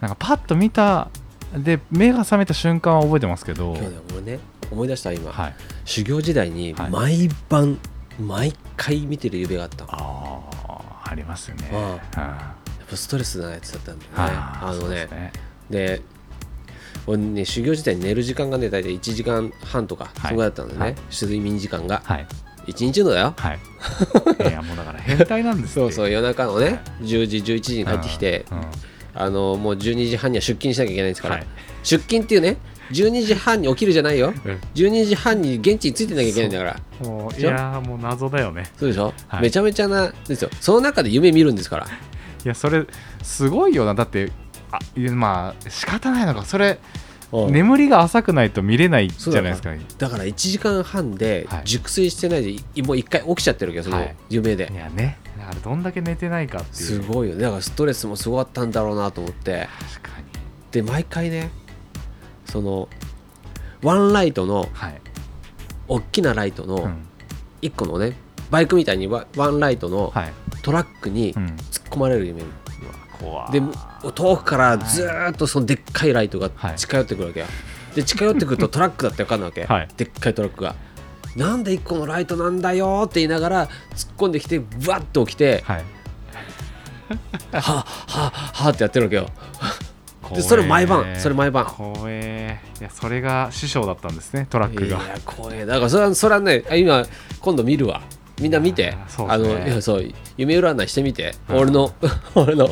Speaker 2: なんかパッと見たで目が覚めた瞬間は覚えてますけど、
Speaker 1: 今日ね俺ね思い出した今、
Speaker 2: はい
Speaker 1: 修行時代に
Speaker 2: はい
Speaker 1: 毎晩、毎回見てる夢があったの
Speaker 2: ああありますよね
Speaker 1: あ
Speaker 2: あ
Speaker 1: やっぱストレスなやつだったんだよね
Speaker 2: あ
Speaker 1: あの
Speaker 2: そうで
Speaker 1: ね
Speaker 2: すね
Speaker 1: で俺ね修行時代に寝る時間がね大体1時間半とか、
Speaker 2: はい
Speaker 1: そこだったんだよね、
Speaker 2: はい
Speaker 1: 睡眠時間が
Speaker 2: はい
Speaker 1: 1日のだよ
Speaker 2: はい <laughs> いやもうだから変態なんで
Speaker 1: <laughs>
Speaker 2: す
Speaker 1: そうそうう夜中のね10時11時に帰ってきて
Speaker 2: うんうん
Speaker 1: あのもう12時半には出勤しなきゃいけないんですから、
Speaker 2: はい
Speaker 1: 出勤っていうね12時半に起きるじゃないよ12時半に現地に着いてなきゃいけないんだから
Speaker 2: うんもうい
Speaker 1: じゃ
Speaker 2: やーもう謎だよね
Speaker 1: そうでしょ、
Speaker 2: はい
Speaker 1: めちゃめちゃなですよその中で夢見るんですから
Speaker 2: いやそれすごいよなだってあいやまあ仕方ないのかそれ
Speaker 1: うん
Speaker 2: 眠りが浅くないと見れないじゃないですかい
Speaker 1: だから1時間半で
Speaker 2: はい
Speaker 1: 熟睡してないで、いもう1回起きちゃってるけどそ
Speaker 2: は
Speaker 1: の
Speaker 2: い
Speaker 1: 夢で、
Speaker 2: やねだからどんだけ寝てないかっていう
Speaker 1: すごいよねだからストレスもすごかったんだろうなと思って
Speaker 2: 確かに
Speaker 1: で毎回ねそのワンライトの
Speaker 2: はい、
Speaker 1: 大きなライト
Speaker 2: う
Speaker 1: の
Speaker 2: ん
Speaker 1: 1個のねバイクみたいにワワンライトの
Speaker 2: はい
Speaker 1: トラックに
Speaker 2: うん
Speaker 1: 突っ込まれる夢
Speaker 2: 怖
Speaker 1: で遠くからずーっとそのでっかいライトが近寄ってくるわけよで近寄ってくるとトラックだって分かんないわけ
Speaker 2: はい
Speaker 1: でっかいトラックがなんで1個のライトなんだよって言いながら突っ込んできてブワッと起きて
Speaker 2: はい
Speaker 1: はっはっはってやってるわけよでそれ毎晩それ毎晩
Speaker 2: 怖えいやそれが師匠だったんですねトラック
Speaker 1: い
Speaker 2: が
Speaker 1: や怖えだからそれはそれはねあ今今度見るわみんな見
Speaker 2: い
Speaker 1: て
Speaker 2: やーそう
Speaker 1: あ
Speaker 2: ですね
Speaker 1: のいやそう夢占いしてみて
Speaker 2: うん
Speaker 1: 俺の <laughs> 俺の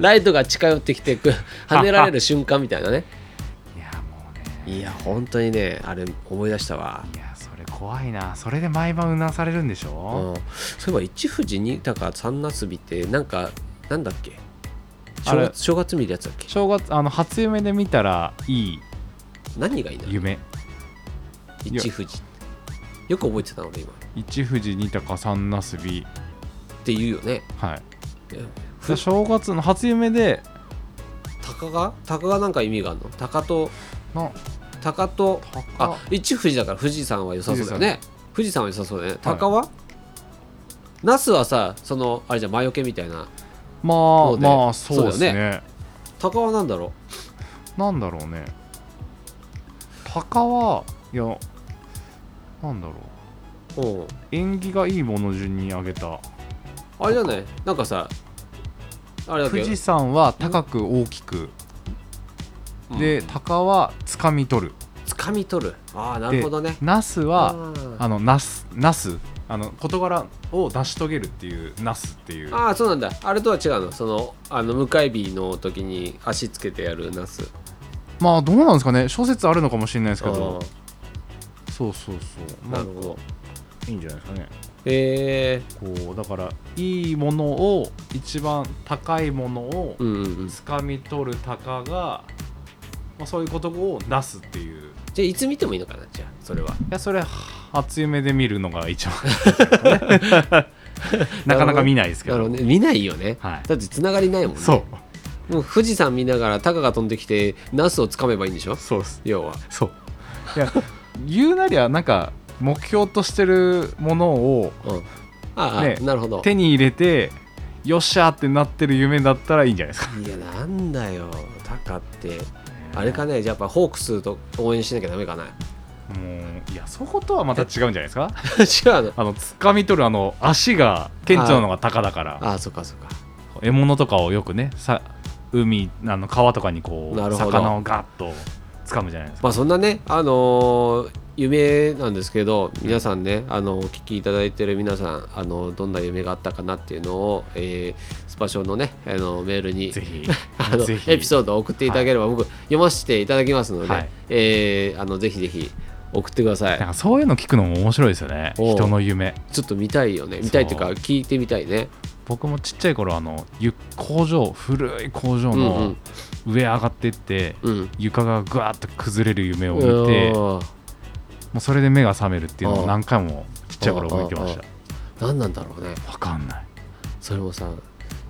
Speaker 1: ライトが近寄ってきてく跳ねられる瞬間みたいなね
Speaker 2: いやもうね
Speaker 1: いや本当にねあれ思い出したわ、
Speaker 2: いやそれ怖いなそれで毎晩うなされるんでし
Speaker 1: うん、
Speaker 2: ょ、
Speaker 1: そういえば一富士二鷹三なすびってなんかなんだっけ
Speaker 2: あ
Speaker 1: 正
Speaker 2: れ
Speaker 1: 月正月見るやつだっけ
Speaker 2: 正月あの初夢で見たらいい
Speaker 1: 何がいいの
Speaker 2: 夢
Speaker 1: 一富士よく覚えてたの俺今っ
Speaker 2: 一富士二鷹三なすび
Speaker 1: て言うよね
Speaker 2: はい
Speaker 1: ふ
Speaker 2: 正月の初夢で
Speaker 1: 鷹が鷹がなんか意味があるの鷹と
Speaker 2: な
Speaker 1: 鷹とあ
Speaker 2: あ
Speaker 1: 一富士だから富士山は良さそうだよね富士山は良さそうだよね鷹は、ナスはさそのあれじゃん魔除けみたいな
Speaker 2: ま
Speaker 1: そう
Speaker 2: あ
Speaker 1: だよ
Speaker 2: まあそうですね
Speaker 1: そう鷹は何だろ
Speaker 2: なんだろうね鷹はいやなんだろう
Speaker 1: ううん
Speaker 2: 縁起がいいもの順にあげた
Speaker 1: あれじゃないなんかさあれだっけ
Speaker 2: 富士山は高く大きく、
Speaker 1: うん
Speaker 2: で鷹はつかみ取る
Speaker 1: 掴み取るああなるほどね
Speaker 2: ナスは
Speaker 1: あー
Speaker 2: あのナスナスあの事柄を成し遂げるっていうナスっていう
Speaker 1: あーそうなんだあれとは違うのそのあの向かい日の時に足つけてやるナス
Speaker 2: まあどうなんですかね諸説あるのかもしれないですけ
Speaker 1: あ
Speaker 2: どそうそうそう
Speaker 1: ーな
Speaker 2: まあ
Speaker 1: るほど
Speaker 2: いいんじゃないですかね
Speaker 1: え
Speaker 2: こうだからいいものを一番高いものを
Speaker 1: ー、うんうんうんじゃ
Speaker 2: 掴み取る鷹が、まあ、そういうことをなすっていう
Speaker 1: あいつ見てもいいのかなじゃあそれはい
Speaker 2: やそれ初夢で見るのが一番 <laughs> なかなか見ないですけ
Speaker 1: な
Speaker 2: ど
Speaker 1: るほどね見ないよね、
Speaker 2: はい
Speaker 1: だってつながりないもんね
Speaker 2: そう
Speaker 1: もう富士山見ながらタカが飛んできてナスをつかめばいいんでしょ
Speaker 2: そうです
Speaker 1: 要は
Speaker 2: そういや言うなりゃなんか目標としてるものを
Speaker 1: うんああ、
Speaker 2: ね
Speaker 1: なるほど
Speaker 2: 手に入れてよっしゃーってなってる夢だったらいいんじゃないですか
Speaker 1: いやなんだよタカってあれかねじゃあやっぱホークスと応援しなきゃダメかな <laughs>
Speaker 2: もういやそことはまた違うんじゃないですか
Speaker 1: 違うの
Speaker 2: あの掴み取るあの足が顕著なのが鷹だから
Speaker 1: ああそっかそっか
Speaker 2: 獲物とかをよくねさ海あの川とかにこ
Speaker 1: な
Speaker 2: う
Speaker 1: るほど
Speaker 2: 魚をガッと掴むじゃないです
Speaker 1: <laughs>
Speaker 2: か
Speaker 1: まあそんなねあのー夢なんですけど皆さんね、あのお聞きいただいてる皆さんあのどんな夢があったかなっていうのを、えースパションのねあのメールに
Speaker 2: ぜひ
Speaker 1: あの
Speaker 2: ぜひ
Speaker 1: エピソードを送っていただければ、僕読ませていただきますので、
Speaker 2: はい
Speaker 1: えーあのぜひぜひ送ってくださ
Speaker 2: なん
Speaker 1: い
Speaker 2: かそういうの聞くのも面白いですよね
Speaker 1: おう
Speaker 2: 人の夢
Speaker 1: ちょっと見たいよね見たいっていうか
Speaker 2: そう
Speaker 1: 聞いてみたいね
Speaker 2: 僕もちっちゃい頃あのゆ工場古い工場の上上がってって、
Speaker 1: うん
Speaker 2: 床がぐわっと崩れる夢を見ても
Speaker 1: うん
Speaker 2: うそれで目が覚めるっていうの
Speaker 1: う
Speaker 2: を
Speaker 1: ん
Speaker 2: 何回もちっちゃい頃覚えてまし
Speaker 1: うん何なんだろうね
Speaker 2: たわかんない
Speaker 1: それもさや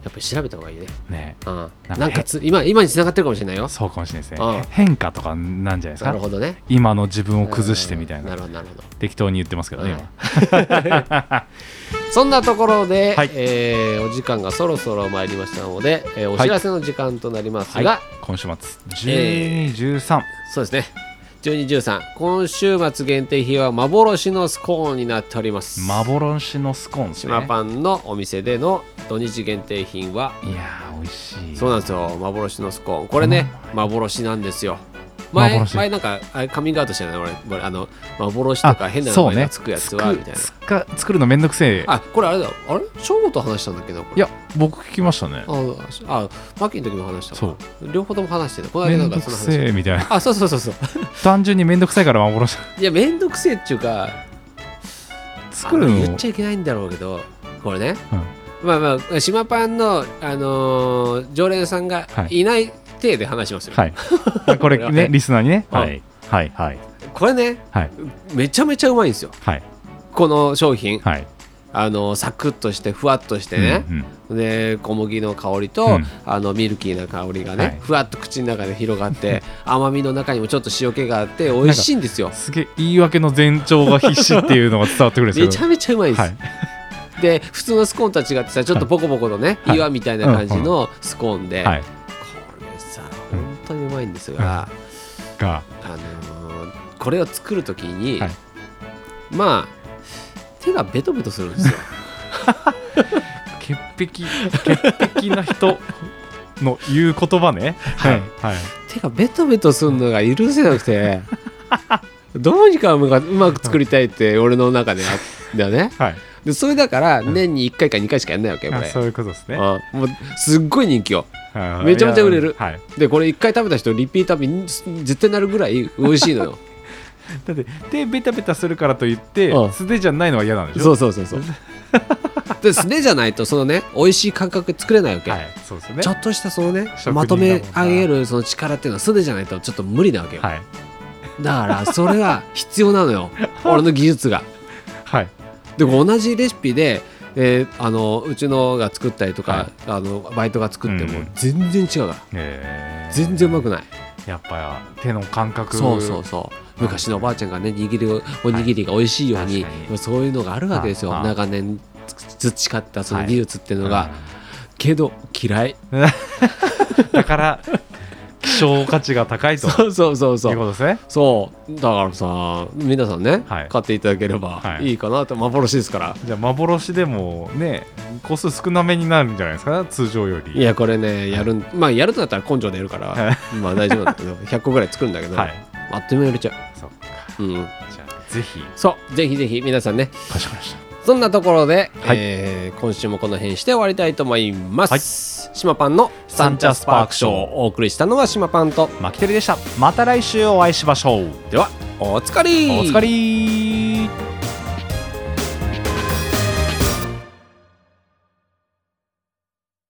Speaker 1: っぱり調べた方がいいね
Speaker 2: ね
Speaker 1: あ
Speaker 2: なんか
Speaker 1: なんかつ今今に繋がってるかもしれないよ
Speaker 2: そうかもしれないです
Speaker 1: うん
Speaker 2: ね変化とかなんじゃないです
Speaker 1: なる
Speaker 2: か
Speaker 1: ほどね
Speaker 2: 今の自分を崩してみたい
Speaker 1: な
Speaker 2: な
Speaker 1: るほどなるほど
Speaker 2: 適当に言ってますけどね
Speaker 1: うん
Speaker 2: 今
Speaker 1: <laughs> そんなところで、
Speaker 2: はい
Speaker 1: えーお時間がそろそろ参りましたので、えーお知らせの時間となりますが、
Speaker 2: はい今週末1213
Speaker 1: そうですね1213今週末限定品は幻のスコーンになっております
Speaker 2: 幻のスコーンですね
Speaker 1: 島パンのお店での土日限定品はい
Speaker 2: やー美味しい
Speaker 1: そうなんですよ幻のスコーンこれね幻なんですよ前
Speaker 2: 幻
Speaker 1: 前なんかあれカミングアウトしたよね俺俺あの幻とか変な名
Speaker 2: そう
Speaker 1: 前
Speaker 2: ね
Speaker 1: がつくやつはみたいな
Speaker 2: つくつか作るのめんどくせえ
Speaker 1: あこれあれだあれ翔吾と話したんだっけどこれ
Speaker 2: いや僕聞きましたね
Speaker 1: ああマッキーの時も話した
Speaker 2: そ
Speaker 1: わ
Speaker 2: う
Speaker 1: 両方とも話してたこの
Speaker 2: め
Speaker 1: 間なんん
Speaker 2: ど
Speaker 1: か
Speaker 2: く
Speaker 1: その
Speaker 2: せ
Speaker 1: 話
Speaker 2: えみたいな
Speaker 1: あそうそうそうそう
Speaker 2: 単純にめんどくさいから幻
Speaker 1: いやめんどくせえっていうか
Speaker 2: 作るの
Speaker 1: あ言っちゃいけないんだろうけどこれね
Speaker 2: うん
Speaker 1: まあまあ島パンの、あのー常連さんが
Speaker 2: はい
Speaker 1: いない体で話しますよ、
Speaker 2: はいあこ
Speaker 1: <laughs>
Speaker 2: れ
Speaker 1: これは
Speaker 2: ねリスナーにね
Speaker 1: うん
Speaker 2: はいはいはい
Speaker 1: これね
Speaker 2: はい
Speaker 1: めちゃめちゃうまいんですよ
Speaker 2: はい
Speaker 1: この商品、
Speaker 2: はい
Speaker 1: あのーサクッとしてふわっとしてね、
Speaker 2: うんうん
Speaker 1: で小麦の香りと、
Speaker 2: うん
Speaker 1: あのミルキーな香りがね、
Speaker 2: はい
Speaker 1: ふわっと口の中で広がって甘みの中にもちょっと塩気があって美味しいんですよ
Speaker 2: すげえ言い訳の前兆が必死っていうのが伝わってくるんです
Speaker 1: め
Speaker 2: け
Speaker 1: ち
Speaker 2: ど
Speaker 1: ゃめちゃうまいです、
Speaker 2: はい
Speaker 1: で普通のスコーンとは違ってさちょっとボコボコのね、
Speaker 2: はい
Speaker 1: 岩みたいな感じのスコーンで、
Speaker 2: はい
Speaker 1: これさ
Speaker 2: うん
Speaker 1: 本当にうまいんですが、
Speaker 2: が
Speaker 1: あのーこれを作る時に、
Speaker 2: はい
Speaker 1: まあ手がベトベトするんですよ
Speaker 2: 潔癖潔癖な人の言う言葉ね
Speaker 1: はい
Speaker 2: はい
Speaker 1: 手がベトベトするのが許せなく
Speaker 2: <laughs>
Speaker 1: てどうにかうまくうまく作りたいって俺の中であったね
Speaker 2: はい
Speaker 1: でそれだから年に1回か2回しかやんないわけよこ
Speaker 2: あ
Speaker 1: れ
Speaker 2: そういうことですね
Speaker 1: うんもうすっごい人気よ
Speaker 2: はい
Speaker 1: めちゃめちゃ売れる
Speaker 2: いやはい
Speaker 1: でこれ1回食べた人リピートに絶対なるぐらい美味しいのよ
Speaker 2: だって手ベタベタするからといって
Speaker 1: うん
Speaker 2: 素手じゃないのは嫌なん <laughs> でし
Speaker 1: そ
Speaker 2: ょ
Speaker 1: うそうそう
Speaker 2: <laughs>
Speaker 1: そうで素手じゃないとそのね美味しい感覚作れないわけ、
Speaker 2: はいそうですね
Speaker 1: ちょっとしたそのね
Speaker 2: 職人だもんな
Speaker 1: まとめ上げるその力っていうのは素手じゃないとちょっと無理なわけよ、
Speaker 2: はい
Speaker 1: だからそれは必要なの
Speaker 2: <laughs>
Speaker 1: よ俺の技術が
Speaker 2: はい
Speaker 1: で同じレシピで、えーあのうちのが作ったりとか、
Speaker 2: は
Speaker 1: あのバイトが作っても
Speaker 2: うん
Speaker 1: 全然違うから、
Speaker 2: えー
Speaker 1: 全然うまくない
Speaker 2: やっぱ手の感覚
Speaker 1: そうそうそう昔のおばあちゃんがね握りをおにぎりが美味しいように,、
Speaker 2: はい確かに
Speaker 1: そういうのがあるわけですよ
Speaker 2: ああ
Speaker 1: 長年培ったその技術っていうのが、
Speaker 2: うん
Speaker 1: けど嫌
Speaker 2: <laughs>
Speaker 1: い
Speaker 2: だから希少価値が高い
Speaker 1: <laughs>
Speaker 2: と
Speaker 1: そうそうそうそ
Speaker 2: いう
Speaker 1: う
Speaker 2: ことですね
Speaker 1: そうだからさ皆さんね、
Speaker 2: はい
Speaker 1: 買っていただければ
Speaker 2: はい
Speaker 1: いいかなと、幻ですから
Speaker 2: じゃあ幻でもね個数少なめになるんじゃないですか通常より
Speaker 1: いやこれねやるん、まあやるとなったら根性でやるから、
Speaker 2: は
Speaker 1: まあ大丈夫なんだけど100個ぐ <laughs> らい作るんだけど、
Speaker 2: はい
Speaker 1: あっという間に売れちゃ
Speaker 2: そっか
Speaker 1: う、うん、
Speaker 2: じゃあぜひ
Speaker 1: そうぜひぜひ皆さんね
Speaker 2: かしこまりまし
Speaker 1: そんなところで、
Speaker 2: はい
Speaker 1: えー今週もこの辺して終わりたいと思います、島パンのサンチャスパークショーをお送りしたのは島パンと
Speaker 2: たマキテルでしたまた来週お会いしましょう
Speaker 1: ではおつかり
Speaker 2: お疲れ